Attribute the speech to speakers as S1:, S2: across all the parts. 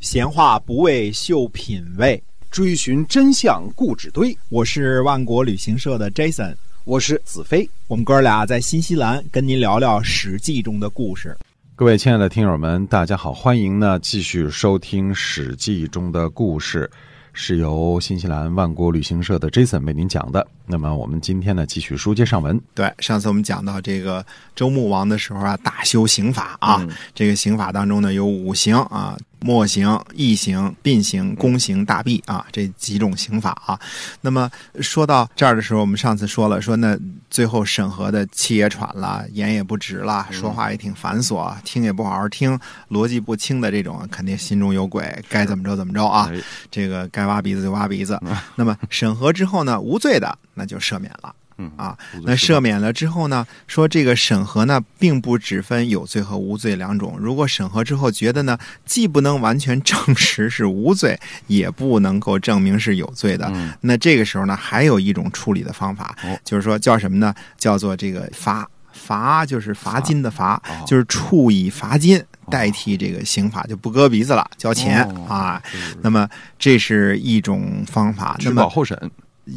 S1: 闲话不为秀品味，
S2: 追寻真相故纸堆。
S1: 我是万国旅行社的 Jason，
S2: 我是子飞。
S1: 我们哥俩在新西兰跟您聊聊《史记》中的故事。
S3: 各位亲爱的听友们，大家好，欢迎呢继续收听《史记》中的故事，是由新西兰万国旅行社的 Jason 为您讲的。那么我们今天呢继续书接上文，
S1: 对，上次我们讲到这个周穆王的时候啊，大修刑法啊，
S3: 嗯
S1: 这个刑法当中呢有五行啊，墨刑、义刑、并刑、公刑、大弊啊这几种刑法啊。那么说到这儿的时候，我们上次说了，说那最后审核的气也喘了，言也不直了，
S3: 嗯
S1: 说话也挺繁琐，听也不好好听，逻辑不清的这种，肯定心中有鬼，该怎么着怎么着啊
S3: 哎。嗯
S1: 这个该挖鼻子就挖鼻子。那么审核之后呢，无罪的那就赦免了。
S3: 嗯
S1: 啊，
S3: 无罪
S1: 那
S3: 释
S1: 赦免了之后呢，说这个审核呢，并不只分有罪和无罪两种。如果审核之后觉得呢，既不能完全证实是无罪，也不能够证明是有罪的，
S3: 嗯
S1: 那这个时候呢，还有一种处理的方法，
S3: 哦
S1: 就是说叫什么呢？叫做这个罚。罚就是罚金的罚，
S3: 哦
S1: 就是处以罚金代替这个刑法，就不割鼻子了，交钱、
S3: 哦
S1: 啊。
S3: 就是
S1: 那么这是一种方法，那
S3: 取保
S1: 么
S3: 候审，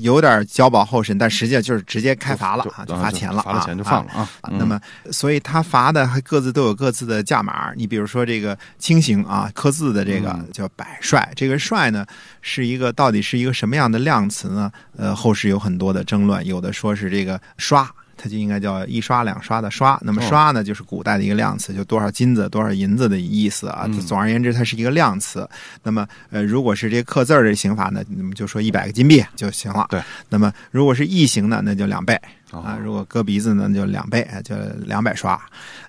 S1: 有点交保候审，但实际上就是直接开罚了啊，
S3: 就
S1: 就罚钱
S3: 了，
S1: 了，
S3: 罚了钱就放
S1: 了。
S3: 了啊。
S1: 啊
S3: 嗯
S1: 那么，所以他罚的还各自都有各自的价码。你比如说这个轻刑啊，刻字的这个
S3: 嗯
S1: 叫百帅，这个帅呢是一个到底是一个什么样的量词呢？呃，后世有很多的争论，有的说是这个刷。它就应该叫一刷两刷的刷，那么
S3: 哦
S1: 刷呢，就是古代的一个量词，就多少金子多少银子的意思啊。
S3: 嗯
S1: 总而言之，它是一个量词。那么，呃，如果是这刻字儿的刑罚呢，那么就说一百个金币就行了。
S3: 对。
S1: 那么，如果是异刑呢，那就两倍
S3: 哦
S1: 啊；如果割鼻子呢，那就两倍，啊就两百刷；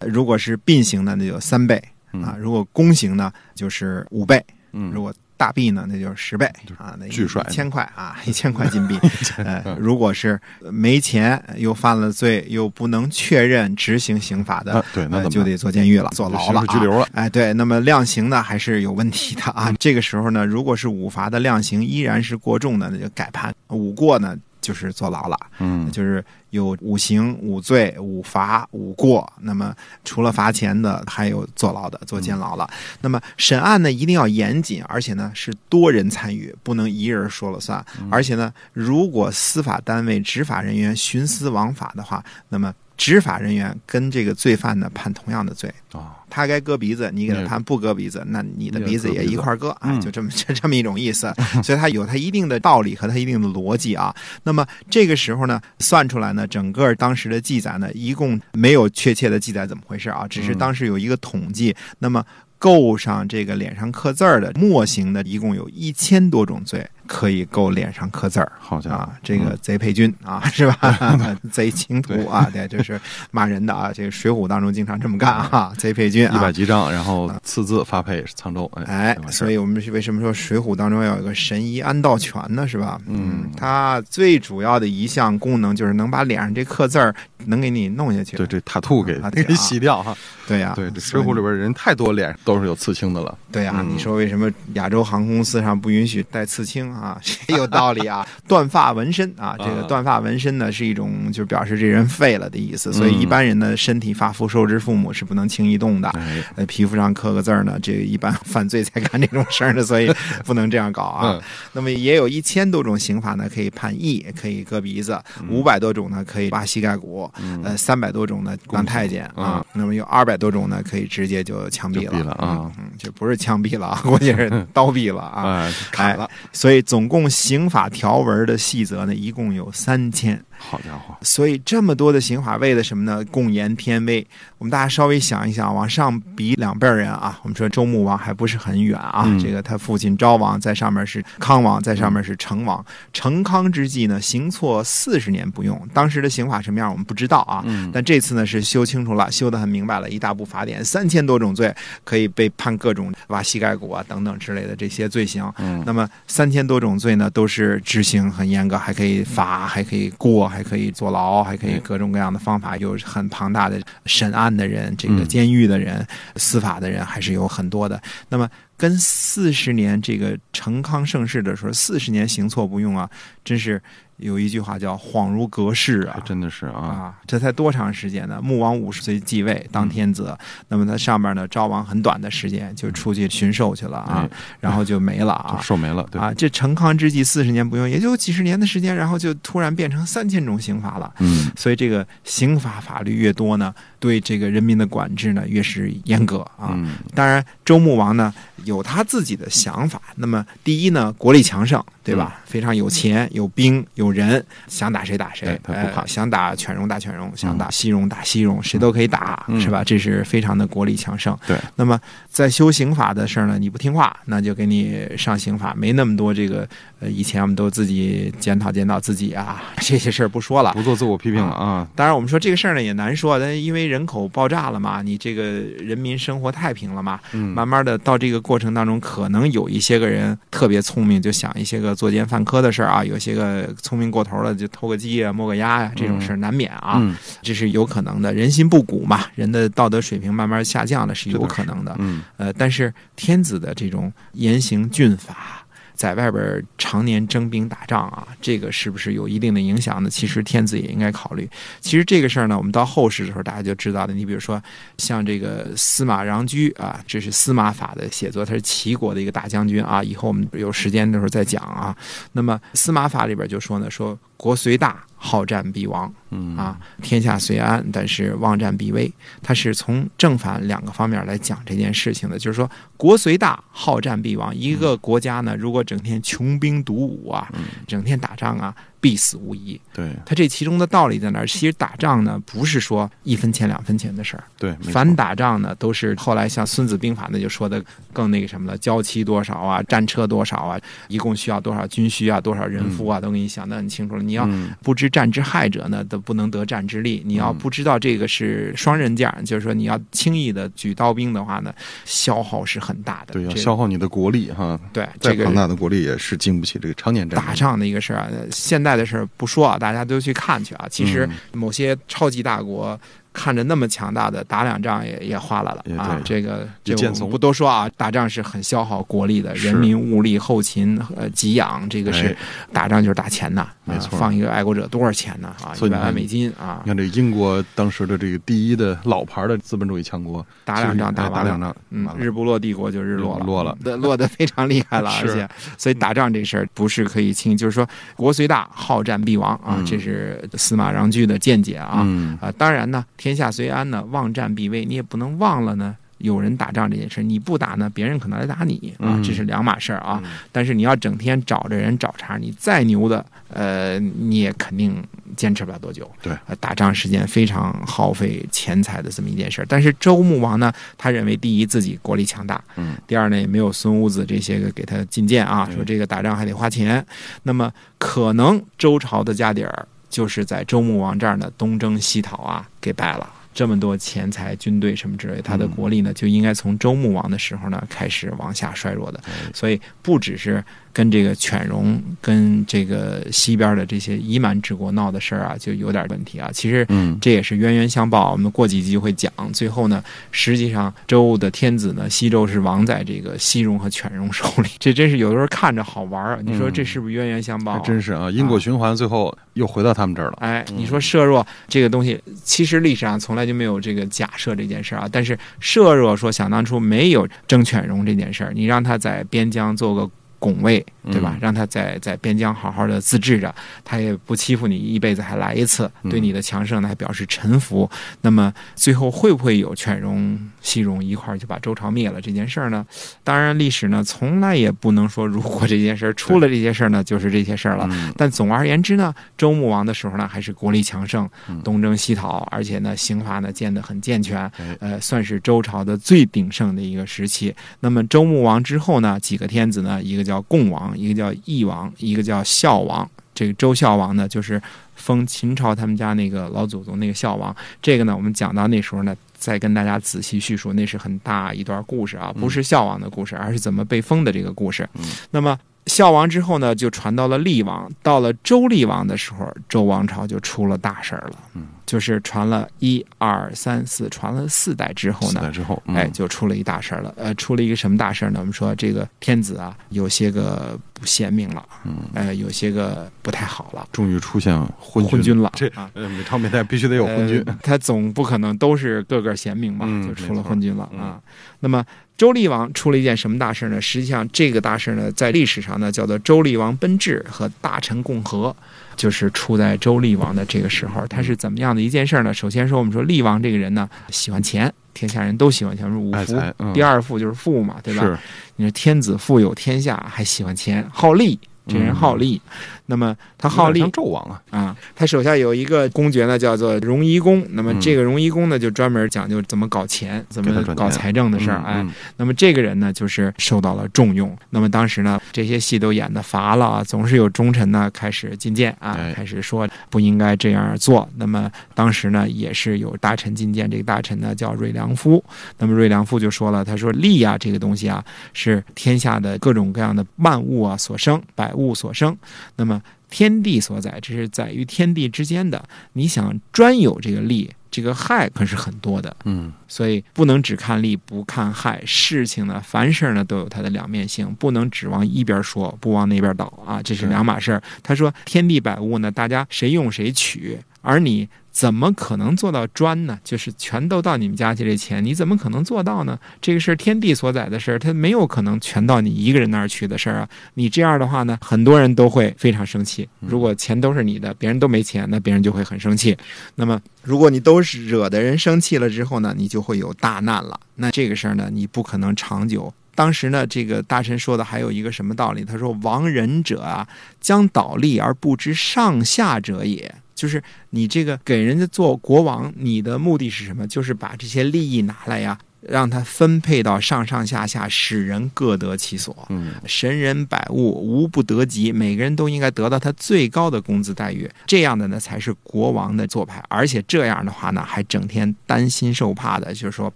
S1: 如果是并刑呢，那就三倍啊；如果公刑呢，就是五倍；如
S3: 嗯，
S1: 果大币呢，那就是十倍啊，那
S3: 巨帅嗯
S1: 一千块啊， 一千块金币。呃，如果是没钱又犯了罪，又不能确认执行刑罚的
S3: 啊，对，那
S1: 呃
S3: 怎
S1: 就
S3: 么办
S1: 得坐监狱了，坐
S3: 就
S1: 牢
S3: 刑
S1: 了、
S3: 事拘留了。
S1: 哎，对，那么量刑呢还是有问题的啊。这个时候呢，如果是五罚的量刑依然是过重的，那就改判；五过呢，就是坐牢了。
S3: 嗯，
S1: 就是有五刑、五罪、五罚、五过。那么除了罚钱的，还有坐牢的，坐监牢了。嗯那么审案呢，一定要严谨，而且呢是多人参与，不能一人说了算。而且呢，如果司法单位执法人员徇私枉法的话，那么执法人员跟这个罪犯呢判同样的罪。
S3: 啊，
S1: 他该割鼻子，你给他
S3: 嗯
S1: 判不割鼻子，那你的
S3: 也
S1: 鼻子
S3: 割
S1: 也
S3: 鼻
S1: 一
S3: 子
S1: 块儿割啊，
S3: 嗯
S1: 就这么就 这么一种意思。所以它有它一定的道理和它一定的逻辑啊。那么这个时候呢，算出来呢，整个当时的记载呢，一共没有确切的记载怎么回事啊，只是
S3: 嗯
S1: 当时有一个统计。那么够上这个脸上刻字儿的墨刑的，一共有一千多种罪可以够脸上刻字儿。
S3: 好家伙
S1: 啊，，这个贼配军啊，是吧？贼情图啊，对，这是骂人的啊。这个《水浒》当中经常这么干啊，贼配军
S3: 一百
S1: 啊。
S3: 几张，然后次字发配沧州，
S1: 哎
S3: 哎，
S1: 所以我们是为什么说《水浒》当中要有个神医安道全呢？是吧？
S3: 嗯
S1: 它最主要的一项功能就是能把脸上这刻字儿能给你弄下去。
S3: 对这塔兔给
S1: 啊对啊
S3: 给洗掉哈。
S1: 对呀、
S3: 对，这《水
S1: 所以
S3: 浒》里边人太多，脸上都是有刺青的了。
S1: 对啊，
S3: 嗯
S1: 你说为什么亚洲航空公司上不允许带刺青啊？ 这有道理 啊。断发纹身啊，这个
S3: 啊
S1: 断发纹身呢是一种就表示这人废了的意
S3: 嗯
S1: 思，所以一般人的身体发肤受之父母是不能轻易动的。
S3: 哎，
S1: 呃，皮肤上刻个字儿呢，这个一般犯罪才干这种事儿呢，所以不能这样搞啊。
S3: 嗯
S1: 那么也有一千多种刑罚呢，可以判役，可以割鼻子；
S3: 嗯
S1: 五百多种呢，可以挖膝盖骨；呃，三百多种呢，当太监啊。那么有二百多种呢，可以直接就枪毙
S3: 嗯就毙了啊
S1: 嗯，嗯这不是枪毙了 啊，估计是刀毙了啊。
S3: 哎，砍了
S1: 哎，所以总共刑法条文的细则呢，一共有三千。
S3: 好家伙，
S1: 所以这么多的刑法为了什么呢？共研天威。我们大家稍微想一想，往上比两辈儿人啊，我们说周穆王还不是很远啊，
S3: 嗯
S1: 这个他父亲昭王在上面是康王，在上面是成王。成康之际呢，行错四十年不用，当时的刑法什么样我们不知道啊。
S3: 嗯，
S1: 但这次呢是修清楚了，修得很明白了，一大部法典，三千多种罪可以被判各种挖膝盖骨啊等等之类的这些罪行。
S3: 嗯
S1: 那么三千多种罪呢，都是执行很严格，还可以罚，还可以过，还可以坐牢，还可以
S3: 嗯
S1: 各种各样的方法，有很庞大的审案的人，这个
S3: 嗯
S1: 监狱的人、司法的人还是有很多的。那么跟四十年这个成康盛世的时候，四十年行错不用啊，真是有一句话叫恍如隔世啊
S3: 还。真的是啊，
S1: 啊，这才多长时间呢？穆王五十岁继位当天子，
S3: 嗯
S1: 那么他上面呢，昭王很短的时间就出去巡狩去了啊，然后就没了
S3: 嗯就
S1: 啊。
S3: 寿没了，对，
S1: 啊，这成康之际四十年不用，也就几十年的时间，然后就突然变成三千种刑罚了。
S3: 嗯，
S1: 所以这个刑法法律越多呢，对这个人民的管制呢越是严格啊。
S3: 嗯，
S1: 当然，周穆王呢有他自己的想法。那么，第一呢，国力强盛，对
S3: 嗯
S1: 吧？非常有钱，有兵，有人，想打谁打谁
S3: 对，他不怕
S1: 呃想打犬戎打犬戎，想打西戎打西戎，谁都可以打，
S3: 嗯
S1: 是吧？这是非常的国力强盛。
S3: 对，
S1: 那么在修刑法的事儿呢，你不听话，那就给你上刑法，没那么多这个呃，以前我们都自己检讨检讨自己啊， 这些事儿不说了。
S3: 不做自我批评了啊，
S1: 当然，我们说这个事儿呢也难说，但是因为人口爆炸了嘛，你这个人民生活太平了嘛，
S3: 嗯
S1: 慢慢的到这个过程当中，可能有一些个人特别聪明，就想一些个作奸犯科的事儿啊，有些个聪明过头了，就偷个鸡啊、摸个鸭呀、这种事儿难免啊，
S3: 嗯
S1: 这是有可能的。人心不古嘛，人的道德水平慢慢下降了是有可能的。
S3: 嗯，
S1: 呃，但是天子的这种严刑峻法，在外边儿常年征兵打仗啊，这个是不是有一定的影响呢？其实天子也应该考虑。其实这个事儿呢，我们到后世的时候大家就知道了。你比如说像这个司马穰苴啊，这是司马法的写作，他是齐国的一个大将军啊。以后我们有时间的时候再讲啊。那么司马法里边就说呢，说国虽大，好战必亡。
S3: 嗯
S1: 啊，天下虽安，但是忘战必危。他是从正反两个方面来讲这件事情的，就是说国虽大，好战必亡。一个国家呢，如果整天穷兵黩武啊，
S3: 嗯
S1: 整天打仗啊，必死无疑。
S3: 对
S1: 他这其中的道理在哪儿？其实打仗呢，不是说一分钱两分钱的事儿，
S3: 对，没错嗯
S1: 反打仗呢，都是后来像《孙子兵法》那就说的更那个什么了，交期多少啊，战车多少啊，一共需要多少军需啊，多少人夫啊，都给你想得很清楚了。你要
S3: 嗯
S1: 不知战之害者呢，都不能得战之利。你要不知道这个是双刃剑，就是说你要轻易的举刀兵的话呢，消耗是很大的。
S3: 对，要
S1: 这
S3: 消耗你的国力哈，
S1: 对
S3: 再
S1: 这个
S3: 庞大的国力也是经不起这个常年战争
S1: 打仗的一个事儿啊，呃现在的事儿不说啊，大家都去看去啊。其实
S3: 嗯
S1: 某些超级大国看着那么强大的，打两仗也也哗啦
S3: 也
S1: 了啊
S3: 对。
S1: 这个这
S3: 也见
S1: 个我
S3: 怂
S1: 们不多说啊，打仗是很消耗国力的，
S3: 是
S1: 人民物力、后勤、呃给养，这个
S3: 哎
S1: 是打仗就是打钱呐，
S3: 没
S1: 啊
S3: 错
S1: 放一个爱国者多少钱呢？啊，
S3: 所
S1: 一
S3: 以你
S1: 百
S3: 看
S1: 万美金啊
S3: 你，看这英国当时的这个第一的老牌的资本主义强国，
S1: 打两仗
S3: 其实哎
S1: 完
S3: 打
S1: 了
S3: 两仗，
S1: 嗯
S3: 完，了嗯
S1: 日不落帝国就日落了，嗯
S3: 落了
S1: 对，落得非常厉害 了，
S3: 是
S1: 而且，所以打仗这事儿不是可以轻易，就是说国虽大，好战必亡啊
S3: 嗯，
S1: 这是司马穰苴的见解啊。
S3: 嗯
S1: 啊，当然呢，天下虽安呢，忘战必危，你也不能忘了呢。有人打仗这件事，你不打呢，别人可能来打你啊
S3: 嗯，
S1: 这是两码事儿啊。但是你要整天找着人找茬，你再牛的，呃，你也肯定坚持不了多久。
S3: 对
S1: 呃打仗是件非常耗费钱财的这么一件事儿。但是周穆王呢，他认为第一自己国力强大，
S3: 嗯，
S1: 第二呢也没有孙武子这些个给他进谏啊，
S3: 对
S1: 说这个打仗还得花钱。那么可能周朝的家底儿就是在周穆王这儿呢东征西讨啊给败了。这么多钱财、军队什么之类，他的
S3: 嗯
S1: 国力呢就应该从周穆王的时候呢开始往下衰弱的。
S3: 哎
S1: 所以不只是跟这个犬戎、跟这个西边的这些伊蛮之国闹的事儿啊，就有点问题啊。其实
S3: 嗯，
S1: 这也是冤冤相报，我们过几集会讲。最后呢，实际上周的天子呢，西周是亡在这个西戎和犬戎手里， 这真是有的时候看着好玩儿啊。你说这是不是冤冤相报、
S3: 还
S1: 啊？
S3: 真是啊，因果循环最后又回到他们这儿了，
S1: 哎，你说设若这个东西，其实历史上从来就没有这个假设这件事儿啊。但是设若说想当初没有争犬戎这件事儿，你让他在边疆做个拱卫，对吧？
S3: 嗯
S1: 让他在在边疆好好的自治着，他也不欺负你，一辈子还来一次，
S3: 嗯
S1: 对你的强盛呢还表示臣服。那么最后会不会有犬戎、西戎一块儿就把周朝灭了这件事儿呢？当然，历史呢从来也不能说，如果这件事儿出了这些事儿呢，就是这些事儿了。
S3: 嗯
S1: 但总而言之呢，周穆王的时候呢，还是国力强盛
S3: 嗯，
S1: 东征西讨，而且呢，刑罚呢建得很健全
S3: 哎，
S1: 呃，算是周朝的最鼎盛的一个时期。那么周穆王之后呢，几个天子呢，一个叫共王，一个叫义王，一个叫孝王。这个周孝王呢，就是封秦朝他们家那个老祖宗那个孝王。这个呢，我们讲到那时候呢。再跟大家仔细叙
S3: 嗯
S1: 述，那是很大一段故事啊，不是孝王的故事，而是怎么被封的这个故事。那么孝王之后呢，就传到了厉王，到了周厉王的时候，周王朝就出了大事儿了。
S3: 嗯，
S1: 就是传了一二三四，传了四代之后
S3: 四
S1: 呢，
S3: 代之后，嗯
S1: 哎，就出了一大事儿了。呃，出了一个什么大事儿呢？我们说这个天子啊，有些个不贤明了，
S3: 嗯，
S1: 呃，有些个不太好了，
S3: 终于出现昏
S1: 昏
S3: 君
S1: 君了。
S3: 这
S1: 啊，
S3: 呃，每朝每代必须得有昏君。
S1: 呃他总不可能都是个个贤明吧？
S3: 嗯
S1: 就出
S3: 没
S1: 了
S3: 错
S1: 昏君了啊。那么周厉王出了一件什么大事呢？实际上，这个大事呢，在历史上呢叫做周厉王奔至和大臣共和，就是出在周厉王的这个时候。他是怎么样的一件事呢？首先说，我们说厉王这个人呢，喜欢钱，天下人都喜欢钱，是五
S3: 爱
S1: 福。
S3: 才，嗯
S1: 第二富就是富嘛，对吧？
S3: 是
S1: 你说天子富有天下，还喜欢钱，好利，这人好
S3: 嗯
S1: 利。那么他
S3: 他
S1: 好利
S3: 纣王啊，
S1: 啊，他手下有一个公爵呢，叫做荣夷公。那么
S3: 嗯
S1: 这个荣夷公呢，就专门讲究怎么搞钱、怎
S3: 给他
S1: 么
S3: 赚
S1: 搞
S3: 钱
S1: 财政的
S3: 嗯
S1: 事儿。哎，那么这个人呢，就是受到了重用。那么当时呢，这些戏都演的乏了啊，总是有忠臣呢开始进谏啊
S3: 哎，
S1: 开始说不应该这样做。那么当时呢，也是有大臣进谏，这个大臣呢叫芮良夫。那么芮良夫就说了，他说利啊这个东西啊，是天下的各种各样的万物啊所生，百物所生。那么天地所载，这是载于天地之间的。你想专有这个利，这个害可是很多的。
S3: 嗯，
S1: 所以不能只看利不看害，事情呢，凡事呢都有它的两面性，不能只往一边说，不往那边倒啊，这是
S3: 是
S1: 两码事儿。他说天地百物呢，大家谁用谁取，而你怎么可能做到专呢？就是全都到你们家去这钱，你怎么可能做到呢？这个是天地所载的事儿，它没有可能全到你一个人那儿去的事儿啊。你这样的话呢，很多人都会非常生气。
S3: 嗯
S1: 如果钱都是你的，别人都没钱，那别人就会很生气。那么，如果你都是惹的人生气了之后呢，你就会有大难了。那这个事儿呢，你不可能长久。当时呢，这个大臣说的还有一个什么道理？他说：“亡人者啊，将倒立而不知上下者也。”就是你这个给人家做国王，你的目的是什么？就是把这些利益拿来呀、让它分配到上上下下，使人各得其所。
S3: 嗯，
S1: 神人百物无不得及，每个人都应该得到他最高的工资待遇。这样的呢，才是国王的做派。而且这样的话呢，还整天担心受怕的，就是说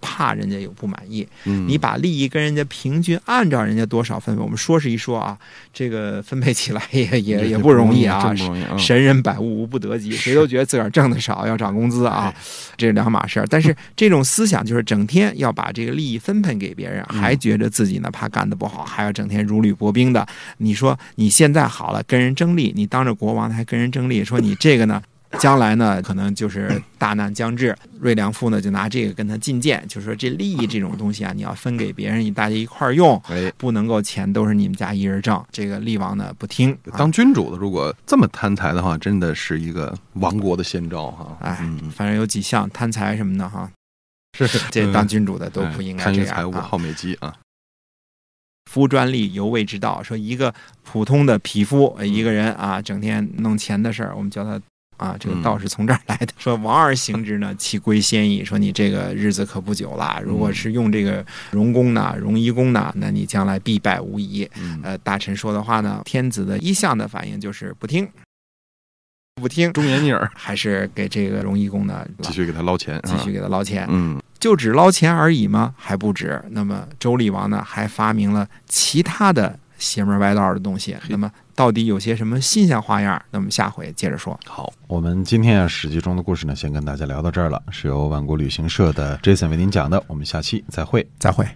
S1: 怕人家有不满意。
S3: 嗯
S1: 你把利益跟人家平均按照人家多少分配，我们说是一说啊，这个分配起来也也也不容易啊
S3: 真。不容易啊，
S1: 神人百物无不得及，谁都觉得自个儿挣的少要涨工资啊。
S3: 哎，
S1: 这是两码事儿。但是这种思想就是整天要把这个利益分配给别人，
S3: 嗯
S1: 还觉着自己呢怕干得不好，还要整天如履薄冰的。你说你现在好了，跟人争利，你当着国王还跟人争利，说你这个呢？将来呢，可能就是大难将至。芮良父呢，就拿这个跟他进谏，就说这利益这种东西啊，你要分给别人，你大家一块儿用，
S3: 哎，
S1: 不能够钱都是你们家一人挣。这个厉王呢不听，啊
S3: 当君主的如果这么贪财的话，真的是一个亡国的先兆哈。
S1: 哎
S3: 嗯，
S1: 反正有几项贪财什么的哈，
S3: 是嗯哎
S1: 这当君主的都不应该这
S3: 贪财
S1: 样
S3: 务
S1: 啊。
S3: 好美姬啊，
S1: 夫专利犹未之道，说一个普通的匹夫，呃一
S3: 嗯
S1: 个人啊，整天弄钱的事儿，我们叫他。啊，这个
S3: 嗯
S1: 道是从这儿来的。说王而行之呢，其归先矣。说你这个日子可不久了，如
S3: 嗯
S1: 果是用这个荣公呢、荣夷公呢，那你将来必败无疑。
S3: 嗯，
S1: 呃，大臣说的话呢，天子的一向的反应就是不听，不听，
S3: 忠言逆耳，
S1: 还是给这个荣夷公呢
S3: 继续给他捞钱，
S1: 继续
S3: 啊，
S1: 给他捞钱。
S3: 嗯，
S1: 就只捞钱而已吗？还不止。那么周厉王呢，还发明了其他的邪门歪道的东西。那么到底有些什么新鲜花样？那么下回接着说。
S3: 好，我们今天啊《史记》中的故事呢，先跟大家聊到这儿了，是由万国旅行社的 Jason 为您讲的，我们下期再会。
S1: 再会。